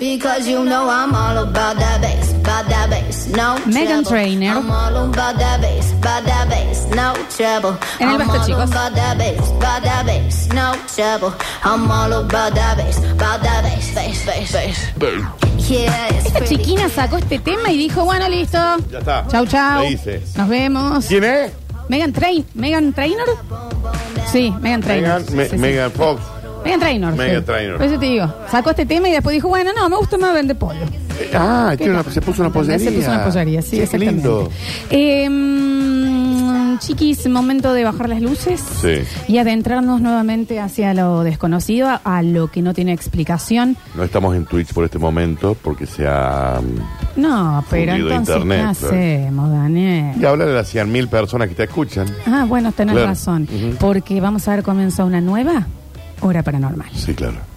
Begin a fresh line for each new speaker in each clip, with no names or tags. Because you know I'm all about that bass, about that bass, no
Meghan
trouble.
Trainor.
I'm all about that bass, about that bass, no trouble.
En el
I'm
Basta,
all
chicos.
about that bass, about that bass, no trouble. I'm all about that bass, about that bass, bass, bass, bass. Yeah, it's
Esta
pretty
chiquina sacó este tema y dijo, bueno, listo.
Ya está.
Chau, chau.
Lo hice.
Nos vemos.
¿Quién es?
Megan Train Megan Trainor? Sí, Megan Trainor.
Megan,
Sí,
Me-
sí.
Megan Fox.
Megan Trainor.
Megan
sí.
Trainor.
Por eso te digo, sacó este tema y después dijo, bueno, no, me gusta más vender pollo.
Eh, Ah, tiene una- se puso una pollería.
Se puso una pollería, sí,
Qué
exactamente.
lindo.
Eh, mm, chiquis, momento de bajar las luces
Sí.
y adentrarnos nuevamente hacia lo desconocido, a- a lo que no tiene explicación.
No estamos en Twitch por este momento porque se ha... mm,
No, pero
Fundido
entonces,
internet,
¿qué
claro.
hacemos, Daniel?
Y habla de las 100.000 personas que te escuchan.
Ah, bueno, tenés
Claro.
razón,
Ujú.
porque vamos a ver, comienza una nueva hora paranormal.
Sí, claro.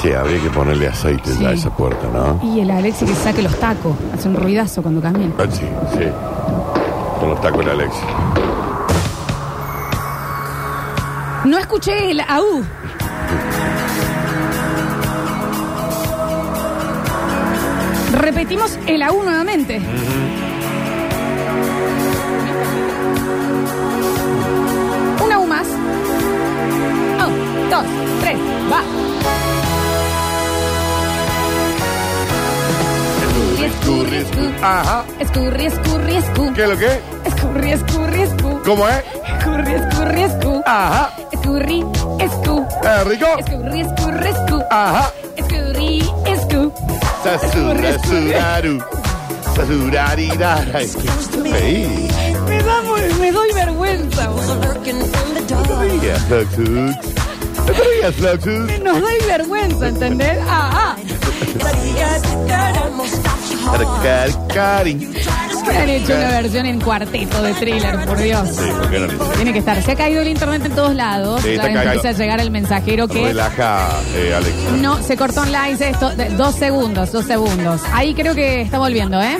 Che, habría que ponerle aceite
Sí.
ya a esa puerta, ¿no?
Y el Alexi que saque los tacos, hace un ruidazo cuando camina.
Ah, sí, sí. Con los tacos de Alexis.
No escuché el AU. Repetimos el AU nuevamente. Un AU más. Un, dos, tres, va. Escurri, escurri, escu.
Ajá.
Escurri, escurri, escu.
¿Qué es lo que? es?
Escurri, escurri, escu.
¿Cómo es?
Escurri, escurri, escu.
Ajá.
Escurri, escu.
¿Es rico?
Escurri, escurri, escu.
Ajá.
Escurri, escu.
Sasura, suraru. Sasurarirarai. Ey,
Me, da, me doy vergüenza, boludo.
no te rías, Fluxus. No te rías, Fluxus.
Nos doy vergüenza, ¿entendés? Ah, ah.
Caracaricarin.
Siempre han hecho una versión en cuarteto de thriller, por Dios.
Sí, ¿por qué no le hice?
Tiene que estar. Se ha caído el internet en todos lados.
Sí, está
Claro, empieza a
caído.
llegar el mensajero que.
Relaja, eh, Alexa.
No, se cortó online esto. de- Dos segundos, dos segundos. Ahí creo que está volviendo, ¿eh?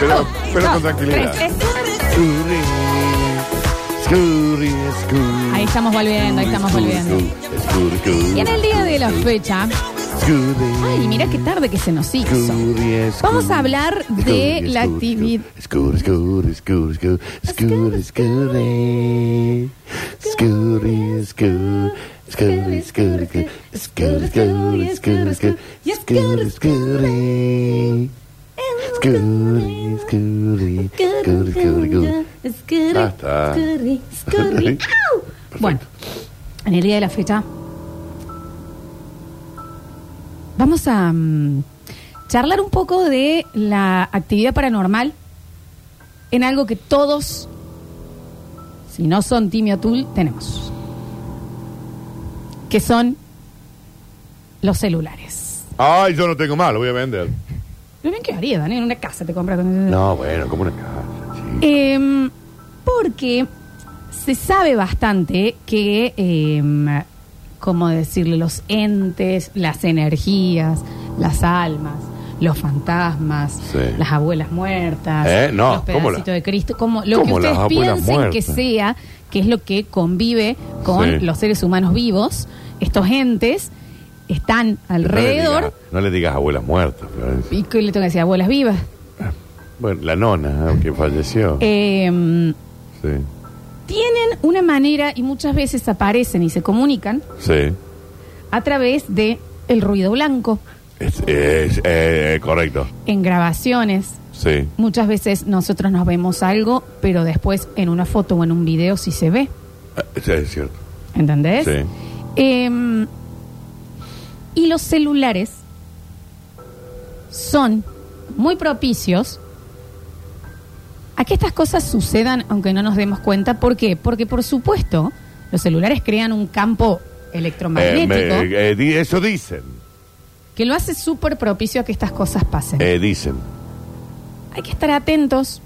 Pero-
Dos,
pero con
dos,
tranquilidad.
tres, tres.
Scurry, scurry, scurry.
Ahí estamos volviendo, ahí estamos
Scurry,
volviendo.
scurry, scurry,
Y en el día de la fecha,
scurry,
ay, mira qué tarde que se nos hizo.
scurry, scurry,
Vamos a hablar de
scurry,
la
scurry,
actividad.
Scurry, scurry, scurry, scurry, scurry, scurry. Scurry, scurry, scurry, scurry, scurry, scurry, scurry, scurry, scurry. Scurry, scurry, scurry, scurry, scurry. Ah, está.
Bueno, en el día de la fecha vamos a mm, charlar un poco de la actividad paranormal en algo que todos, si no son Timio Tool, tenemos, que son los celulares.
Ay, yo no tengo más, lo voy a vender.
Lo bien que haría, Daniel, en una casa te compras con...
No, bueno, como una casa, sí.
Em, porque se sabe bastante que, em, ¿cómo decirlo? Los entes, las energías, las almas, los fantasmas,
Sí.
las abuelas muertas,
Eh, no,
los
¿cómo
pedacitos
la-
de Cristo, como lo que
¿cómo
ustedes
las abuelas
piensen que
muertas?
sea, que es lo que convive con
Sí.
los seres humanos vivos, estos entes están
No le
alrededor.
digas, no le digas abuelas muertas, Florencia.
¿Y qué le tengo que decir? Abuelas vivas.
Bueno, la nona ¿eh? que falleció.
Em,
Sí.
tienen una manera y muchas veces aparecen y se comunican
Sí.
a través de el ruido blanco
Es, es- eh, correcto.
en grabaciones.
Sí.
Muchas veces nosotros nos vemos algo, pero después en una foto o en un video sí se ve,
Ah, sí, es cierto.
¿entendés?
Sí.
Em, y los celulares son muy propicios a que estas cosas sucedan aunque no nos demos cuenta. ¿Por qué? Porque por supuesto los celulares crean un campo
Eh,
electromagnético.
me- eh, di- eso dicen.
que lo hace súper propicio a que estas cosas pasen.
Eh, dicen.
Hay que estar atentos.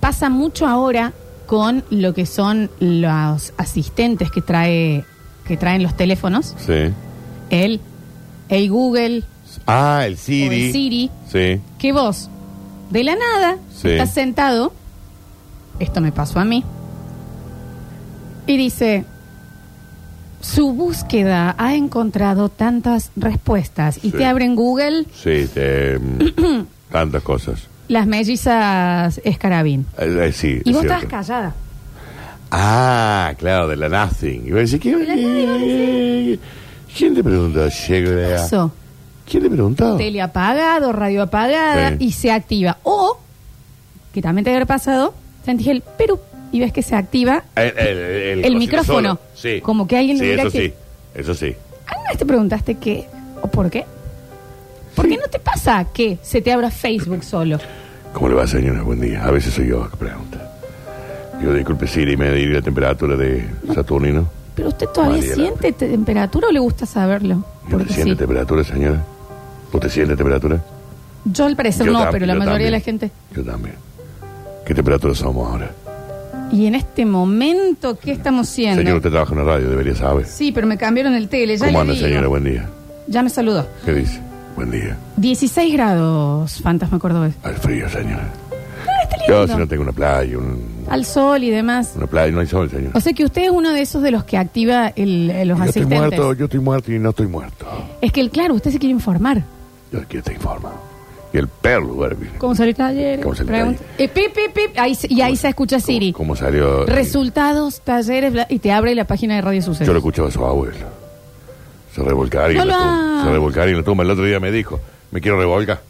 Pasa mucho ahora con lo que son los asistentes que trae que traen los teléfonos,
Sí.
el el Google
Ah,
o
el
el
Siri.
Siri,
Sí.
que vos de la nada
Sí.
estás sentado. Esto me pasó a mí. Y dice, su búsqueda ha encontrado tantas respuestas. Y
Sí.
te abren Google
Sí, te- tantas cosas.
las mellizas Escarabín.
Eh, eh, sí,
Y
es
vos
cierto.
estabas callada.
Ah, claro, de la Nothing. Y vos decís, ¿qué- ¿Quién te preguntó? Llega-
Eso.
¿Quién te preguntó?
Tele apagado, radio apagada
Oh. Sí.
y se activa. O, que también te había pasado, sentís el Perú y ves que se activa.
El, el- el-
El
cosito
micrófono.
solo. Sí.
Como que alguien
sí,
le diga
eso
que-
sí, eso sí.
¿Alguna vez te preguntaste qué o por qué? ¿Por qué no te pasa que se te abra Facebook solo?
¿Cómo le va, señora? Buen día. A veces soy yo que pregunta. Digo, disculpe, Siri, me di la temperatura de Saturnino.
¿Pero usted todavía
Mariela.
siente te- temperatura o le gusta saberlo?
¿Usted
Porque
siente
sí.
temperatura, señora? ¿Usted siente temperatura?
Yo al parecer
Yo
no,
tam-
pero la
yo
mayoría de la
también.
gente.
Yo también. ¿Qué temperatura somos ahora?
Y en este momento, ¿qué estamos haciendo?
Señor, usted trabaja en la radio, debería saber.
Sí, pero me cambiaron el tele. Ya
¿Cómo
le
anda,
digo.
señora? Buen día.
Ya me saludó.
¿Qué dice? Buen día.
16 grados, fantasma cordobés.
Al frío, señora.
Ah, está
Yo,
lindo.
si no tengo una playa, un-
Al sol y demás.
una playa, no hay sol, señora.
O sea que usted es uno de esos de los que activa el- eh, los
yo estoy
asistentes.
muerto, yo estoy muerto y no estoy muerto.
Es que, el- claro, usted se quiere informar.
Yo aquí te informo. Y el perro, Barbie.
¿Cómo salió el taller?
¿Cómo salió el
Pregunta. Eh, pip, pip, pip. Ahí se- y ahí se escucha Siri.
¿Cómo, cómo salió?
Resultados, talleres, bla- y te abre la página de Radio Suceso.
Yo lo escuchaba a su abuelo. Se revolcaron y
No
en la
lo
tumba.
ha-
Se revolcaron y en la tumba. El otro día me dijo, me quiero revolcar.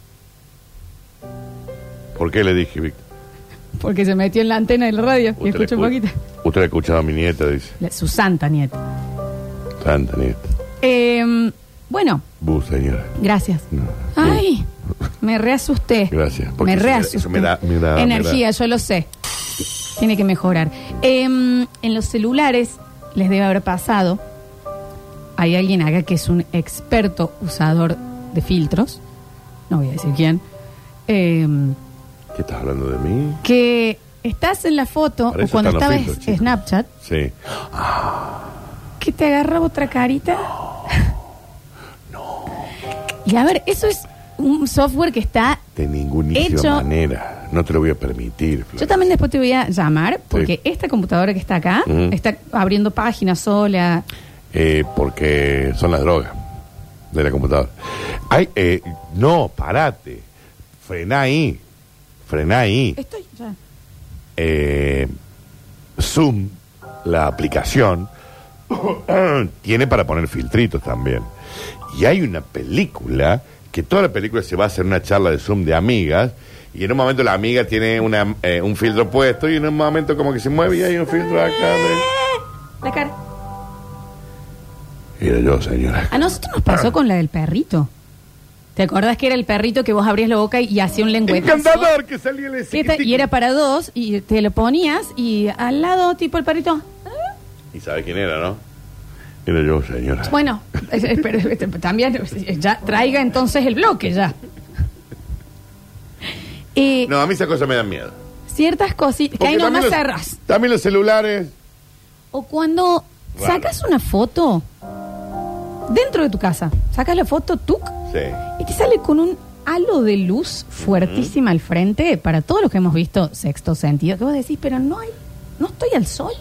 ¿Por qué le dije, Víctor?
Porque se metió en la antena de la radio y
le
escucha un
escu-
poquito.
Usted ha escuchado a mi nieta, dice.
La- su santa nieta.
Santa nieta.
Eh, bueno,
Bu, señora.
gracias.
No.
Ay, me reasusté.
Gracias, porque
Me
eso me-
reasusté.
eso me da- me da- me
Energía,
da.
yo lo sé. Tiene que mejorar. Eh, en los celulares les debe haber pasado. Hay alguien acá que es un experto usador de filtros. No voy a decir quién. Eh,
¿Qué estás hablando de mí?
que estás en la foto
Para
o
eso
cuando
están
estabas
los filtros,
en
chicos.
Snapchat,
Sí.
que te agarra otra carita. No. Y a ver, eso es un software que está.
De ninguna
Hecho.
manera. No te lo voy a permitir. Flor.
Yo también después te voy a llamar porque esta computadora que está acá
Ujú.
está abriendo páginas sola.
Eh, porque son las drogas de la computadora. Ay, eh, no, parate. Frená ahí. Frená ahí.
Estoy ya.
Eh, Zoom, la aplicación, tiene para poner filtritos también. Y hay una película que toda la película se basa en una charla de Zoom de amigas. Y en un momento la amiga tiene una, eh, un filtro puesto y en un momento como que se mueve y hay un filtro acá. de-
Eh, La cara.
Era yo, señora.
A nosotros nos pasó con la del perrito. ¿Te acordás que era el perrito que vos abrías la boca y, y hacía un lenguetazo?
Encantador que salía el
Que esta- y era para dos y te lo ponías y al lado tipo el perrito.
Y sabe quién era, ¿no? Era yo, señora.
Bueno, es- es- pero, este, también eh, ya traiga entonces el bloque ya. Eh,
No, a mí esas cosas me dan miedo.
Ciertas cositas que ahí
Porque
nomás
los-
cerrás.
También los celulares.
O cuando
Raro.
sacas una foto dentro de tu casa, sacas la foto tú
Sí.
y te sale con un halo de luz fuertísima al frente para todos los que hemos visto sexto sentido. Que vos decís, pero no hay, no estoy al sol.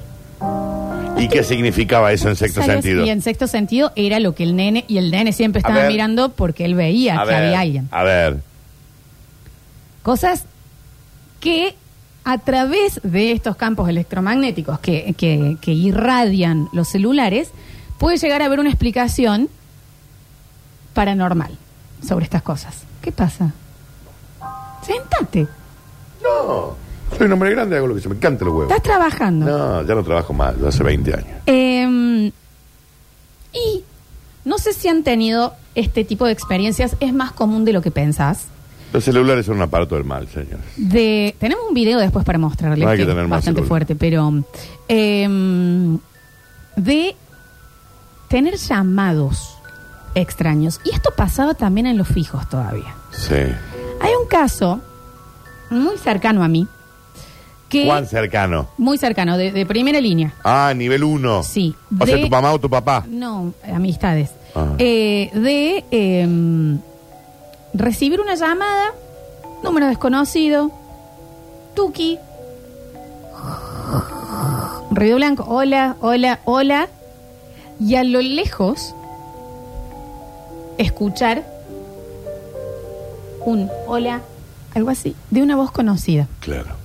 ¿Y qué significaba eso en sexto
Salió así,
sentido?
Y en sexto sentido era lo que el nene y el nene siempre
A
estaban
ver.
mirando porque él veía que había alguien.
a ver.
Cosas que a través de estos campos electromagnéticos que, que- que irradian los celulares, puede llegar a haber una explicación paranormal sobre estas cosas. ¿Qué pasa? Sentate.
No. Soy un hombre grande, hago lo que se me canta los huevos.
Estás trabajando.
No, ya no trabajo más, ya hace 20 años.
Eh, y no sé si han tenido este tipo de experiencias. Es más común de lo que pensás.
Los celulares son un aparato del mal, señores.
De, tenemos un video después para mostrarles.
No hay que
es
tener más
bastante
celular.
fuerte, pero. eh, de tener llamados extraños. Y esto pasaba también en los fijos todavía.
Sí.
Hay un caso muy cercano a mí. Que,
Juan cercano.
Muy cercano, de- de primera línea.
Ah, nivel 1.
Sí,
O sea,
de-
tu mamá o tu papá.
No, amistades.
Ah.
Eh, de em, recibir una llamada, número desconocido, Tuki, Río Blanco, hola, hola, hola. Y a lo lejos, escuchar un hola, algo así, de una voz conocida.
Claro.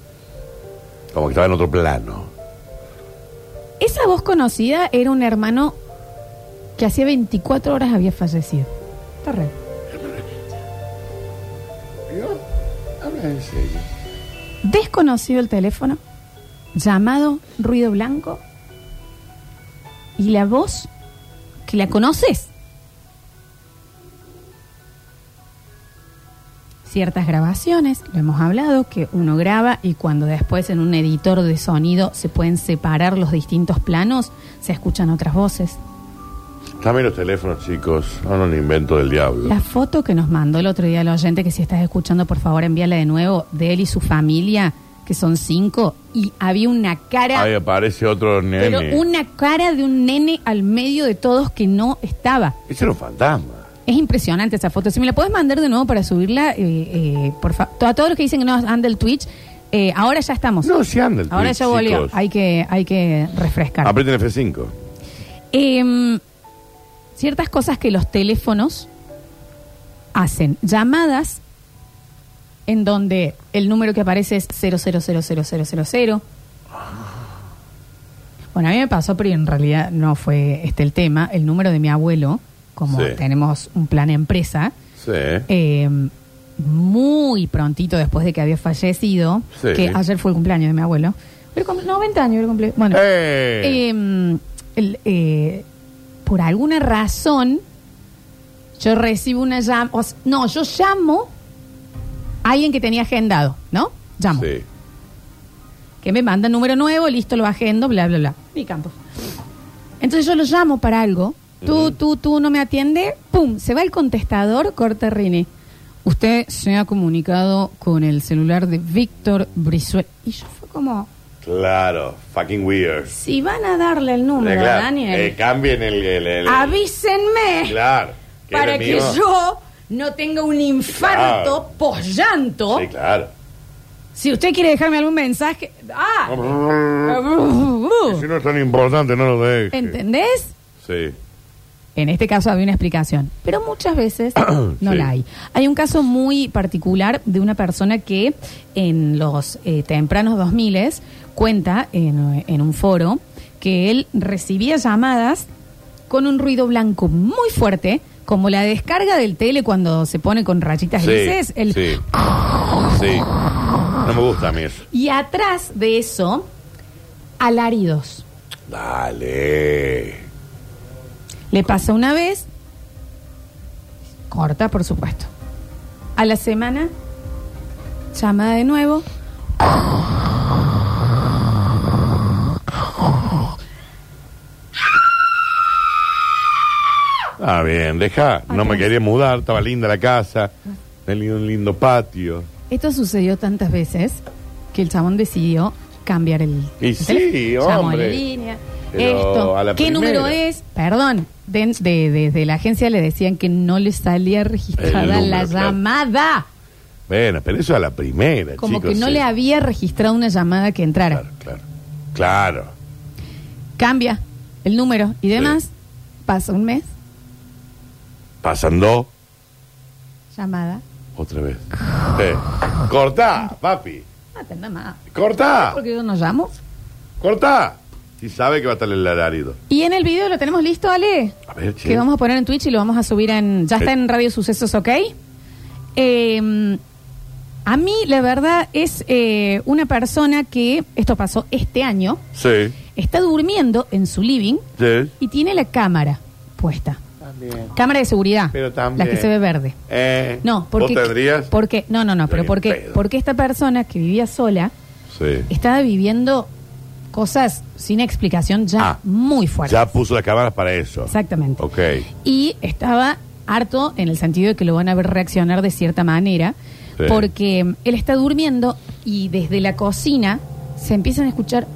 Como que estaba en otro plano.
Esa voz conocida era un hermano que hacía 24 horas había fallecido. Está re.
Yo, habla en serio.
Desconocido el teléfono, llamado ruido blanco y la voz que la conoces. Ciertas grabaciones, lo hemos hablado, que uno graba y cuando después en un editor de sonido se pueden separar los distintos planos, se escuchan otras voces.
Dame los teléfonos, chicos. No, no, un invento del diablo.
La foto que nos mandó el otro día el oyente, que si estás escuchando, por favor, envíala de nuevo, de él y su familia, que son cinco, y había una cara,
Ahí aparece otro nene.
pero una cara de un nene al medio de todos que no estaba.
Ese era un fantasma.
Es impresionante esa foto. Si me la puedes mandar de nuevo para subirla, eh, eh, por favor. A todos los que dicen que no anda el Twitch, eh, ahora ya estamos.
No, sí anda el
ahora
Twitch,
ya volvió.
chicos.
Hay que, hay que refrescar.
Aprieten F5.
Em, ciertas cosas que los teléfonos hacen. Llamadas en donde el número que aparece es 0000000. Bueno, a mí me pasó, pero en realidad no fue este el tema. El número de mi abuelo, como
Sí.
tenemos un plan empresa,
Sí.
eh, muy prontito después de que había fallecido,
Sí.
que ayer fue el cumpleaños de mi abuelo. Pero cumple- 90 años, pero cumple- Bueno,
¡Eh!
eh, el, eh, por alguna razón, yo recibo una llamada. no, yo llamo a alguien que tenía agendado, ¿no? Llamo.
sí.
Que me manda número nuevo, listo, lo agendo, bla, bla, bla. Mi campo. Entonces yo lo llamo para algo. Tú, tú, tú no me atiende. ¡Pum! Se va el contestador, corta Rini. Usted se ha comunicado con el celular de Víctor Brizuela. Y yo fue como,
Claro. Fucking weird.
si van a darle el
Eh,
número,
claro.
Daniel.
Eh, cambien el. el- el-
avísenme
Claro.
para
el
que
mío-
yo no tenga un infarto
Claro.
posllanto.
Sí, claro.
Si usted quiere dejarme algún mensaje, ah, uh,
Si no es tan importante, no lo dejes.
¿entendés?
Sí.
En este caso había una explicación, pero muchas veces no
Sí.
la hay. Hay un caso muy particular de una persona que en los eh, tempranos 2000 cuenta en, en un foro que él recibía llamadas con un ruido blanco muy fuerte, como la descarga del tele cuando se pone con rayitas grises, el-
sí. Sí. No me gusta a mí eso.
y atrás de eso, alaridos.
Dale.
Le pasa una vez, corta, por supuesto. A la semana, llamada de nuevo.
Ah, bien, deja. No me
Atrás.
quería mudar, estaba linda la casa. Tenía un lindo patio.
Esto sucedió tantas veces que el chabón decidió cambiar el.
Y
el
sí,
teléfono. Llamó a la
hombre.
línea.
Pero
Esto.
a la
¿Qué
primera.
número es? Perdón. Desde de, desde la agencia le decían que no le salía registrada
El número,
la
claro.
llamada.
Bueno, pero eso a la primera,
Como
chicos,
que no
sí.
le había registrado una llamada que entrara.
Claro, claro. Claro.
Cambia el número y demás.
Sí.
Pasa un mes.
Pasando
Llamada.
otra vez.
Ah.
Eh, Cortá, papi.
No atenda más.
Cortá.
Porque yo no llamo.
Cortá. Si sabe que va a estar el alarido.
Y en el video lo tenemos listo, Ale.
A ver, che.
Que vamos a poner en Twitch y lo vamos a subir en. Ya está
Sí.
en Radio Sucesos, ¿ok? Eh, a mí, la verdad, es eh, una persona que. Esto pasó este año.
Sí.
Está durmiendo en su living
Sí.
y tiene la cámara puesta.
También.
Cámara de seguridad.
Pero también.
La que se ve verde.
Eh,
No, porque.
¿Vos tendrías?
Porque, no, no, no,
Yo
pero
ni en
porque,
pedo.
porque esta persona que vivía sola
Sí.
estaba viviendo cosas sin explicación ya
Ah.
muy fuertes.
Ya puso las cámaras para eso.
Exactamente.
Ok.
Y estaba harto en el sentido de que lo van a ver reaccionar de cierta manera,
Sí.
porque mm, él está durmiendo y desde la cocina se empiezan a escuchar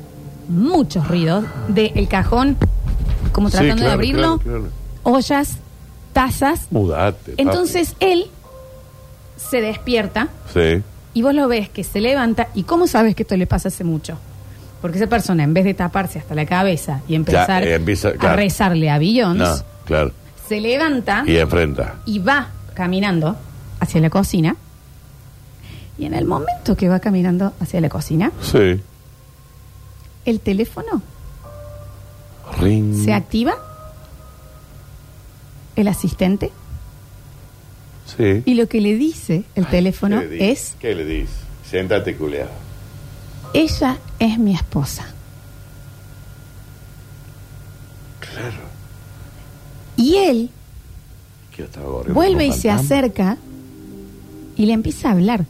muchos ruidos del cajón, como
Sí,
tratando de
claro,
abrirlo,
claro, claro.
ollas, tazas.
Mudate. papi.
Entonces él se despierta
Sí.
y vos lo ves que se levanta y ¿cómo sabes que esto le pasa hace mucho? Porque esa persona, en vez de taparse hasta la cabeza y empezar
eh, empieza,
a
claro.
rezarle a Billions,
No, claro.
se levanta
Y em enfrenta.
y va caminando hacia la cocina. Y en el momento que va caminando hacia la cocina,
Sí.
el teléfono
Ring.
se activa, el asistente,
Sí.
y lo que le dice el teléfono
¿Qué le dice?
es,
¿Qué le dices? Siéntate, culeado.
ella es mi esposa.
Claro.
Y él
Que yo estaba gordo,
vuelve
como
y se
fantasma.
acerca y le empieza a hablar.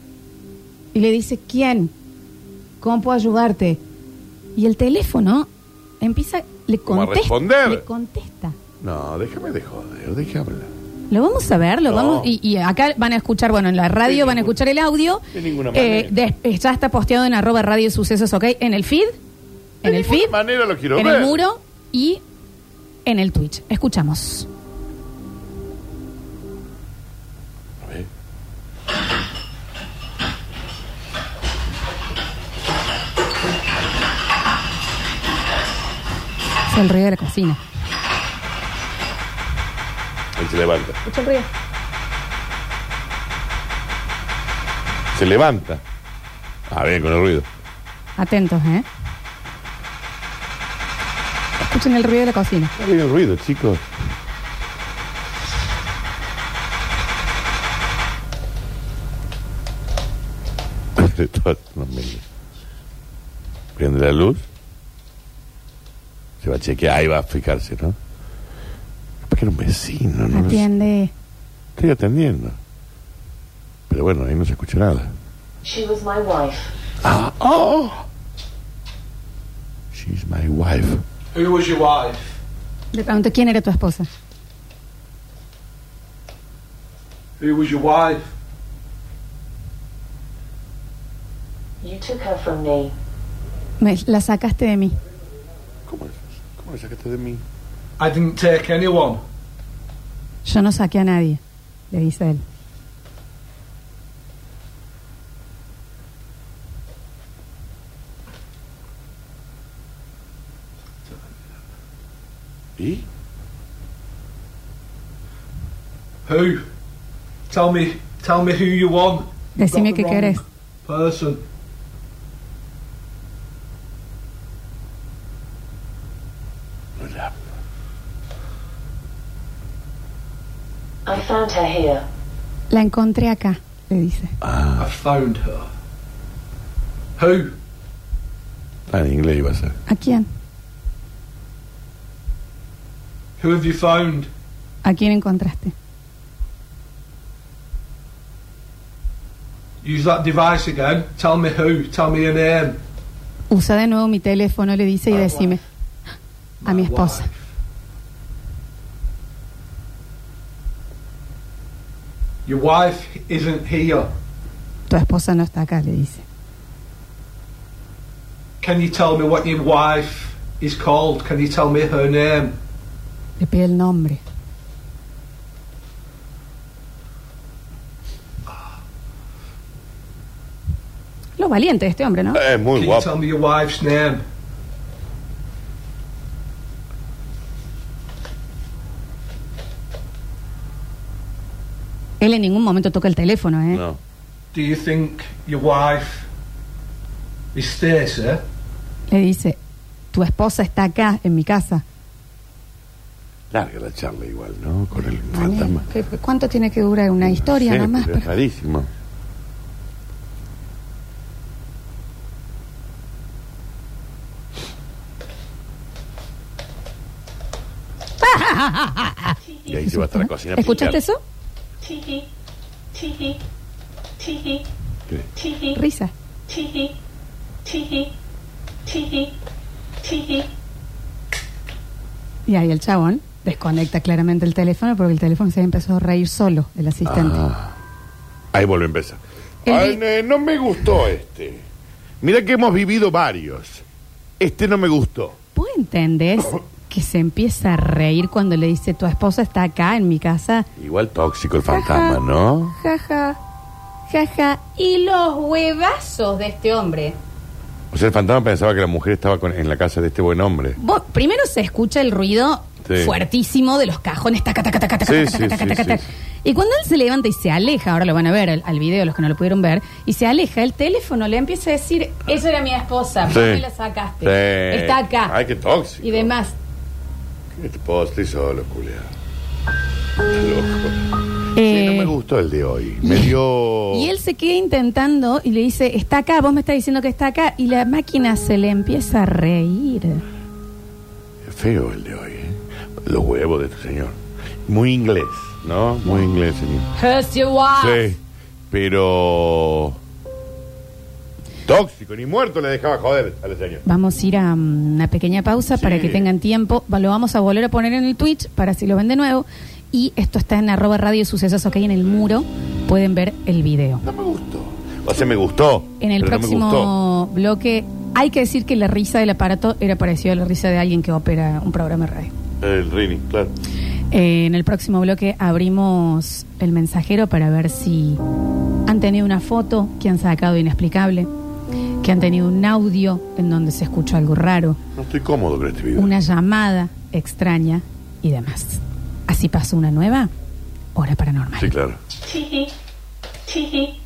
Y le dice, ¿quién? ¿Cómo puedo ayudarte? Y el teléfono empieza, le
Como a
contesta.
responder.
Le contesta.
No, déjame de joder, déjame hablar.
Lo vamos a ver, lo
No.
vamos y, y acá van a escuchar, bueno, en la radio
De
van a
ninguna-
escuchar el audio.
de ninguna
Eh,
manera.
des- ya está posteado en arroba radio sucesos, ¿ok? En el feed, en
De
el
ninguna
feed,
manera lo quiero
en
ver.
el muro y en el Twitch. Escuchamos.
A ver.
Es el ruido de la cocina.
Él se levanta.
Escucha el ruido.
Se levanta. Ah, bien, con el ruido.
Atentos, ¿eh? Escuchen el ruido de la cocina.
Está bien Ah, el ruido, chicos. De todas las maneras. Prende la luz. Se va a chequear, ahí va a fijarse, ¿no? Porque era un vecino, ¿no?
Atiende.
Estoy atendiendo. Pero bueno, ahí no se escucha nada.
She was my wife.
Ah, oh. She's my wife.
Who was your wife?
Le pregunto, ¿quién era tu esposa?
Who was your wife?
You took her from me.
Me- la sacaste de mí.
¿Cómo, cómo le sacaste de mí?
I didn't take anyone.
Yo no saqué a nadie, le dice él.
¿Y?
Who? Tell me, tell me who you want. You've got
Decime
the
qué
wrong
querés.
Person.
Hola.
I found her here.
La encontré acá, le dice.
I found her. Who?
Ah, en inglés iba a ser.
¿A quién?
Who have you found?
¿A quién encontraste?
Use that device again. Tell me who. Tell me your name.
Usa de nuevo mi teléfono, le dice, y
Ah,
decime. A mi
My
esposa.
wife. Your wife isn't here.
Tu esposa no está acá, le dice.
Can you tell me what your wife is called? Can you tell me her name?
Le pide el nombre. Lo valiente de este hombre, ¿no?
Es muy
Can you tell
guapo.
me your wife's name?
Él en ningún momento toca el teléfono, ¿eh?
No.
Do you think your wife is Stacey?
Le dice, tu esposa está acá, en mi casa.
Larga la charla igual, ¿no? Con el
Daniel,
fantasma.
¿qué- ¿Cuánto tiene que durar una historia
Sí,
nomás?
pero Es
para-
rarísimo. Y ahí se va hasta la cocina.
¿Escuchaste eso?
Tee hee. Tee hee. Tee hee.
¿Qué?
Tee hee.
Risa.
Tee hee. Tee hee. Tee hee. Tee hee.
Y ahí el chabón desconecta claramente el teléfono porque el teléfono se empezó a reír solo, el asistente.
Ah. Ahí vuelve a empezar.
El
Ay,
vi-
ne- no me gustó este. Mira que hemos vivido varios. Este no me gustó.
¿Vos entendés que se empieza a reír cuando le dice, tu esposa está acá, en mi casa?
Igual tóxico el fantasma, ¿no?
Jaja, jaja. Y los huevazos de este hombre
O sea, el fantasma pensaba que la mujer estaba con- en la casa de este buen hombre.
Vos- primero se escucha el ruido
Sí.
fuertísimo de los cajones. taca, taca, taca, taca,
Sí,
taca,
sí,
taca,
sí,
taca,
sí,
taca.
sí.
Y cuando él se levanta y se aleja, ahora lo van a ver al, al video los que no lo pudieron ver, y se aleja, el teléfono le empieza a decir, esa era mi esposa,
Sí.
vos me la sacaste.
Sí.
Está acá.
Ay, qué tóxico.
y demás.
Este post solo, culiado. Loco. Sí, no
Eh,
me gustó el de hoy. Me dio.
Y él se queda intentando y le dice, está acá, vos me estás diciendo que está acá, y la máquina se le empieza a reír.
Feo el de hoy, ¿eh? Los huevos de este señor. Muy inglés, ¿no? Muy inglés, señor.
Yes, you are.
Sí. Pero. Tóxico, ni muerto le dejaba joder al señor.
Vamos a ir a mm, una pequeña pausa
Sí.
para que tengan tiempo. Va- Lo vamos a volver a poner en el Twitch para si lo ven de nuevo. Y esto está en arroba radio sucesos, ok, en el muro. Pueden ver el video.
No me gustó. O sea, me gustó.
En el
pero No me gustó.
próximo bloque hay que decir que la risa del aparato era parecida a la risa de alguien que opera un programa de radio.
El Rini, claro.
Eh, en el próximo bloque abrimos el mensajero para ver si han tenido una foto que han sacado inexplicable, que han tenido un audio en donde se escuchó algo raro,
No estoy cómodo con este video.
una llamada extraña y demás. Así pasó una nueva hora paranormal.
Sí, claro.
Tee hee. Tee hee.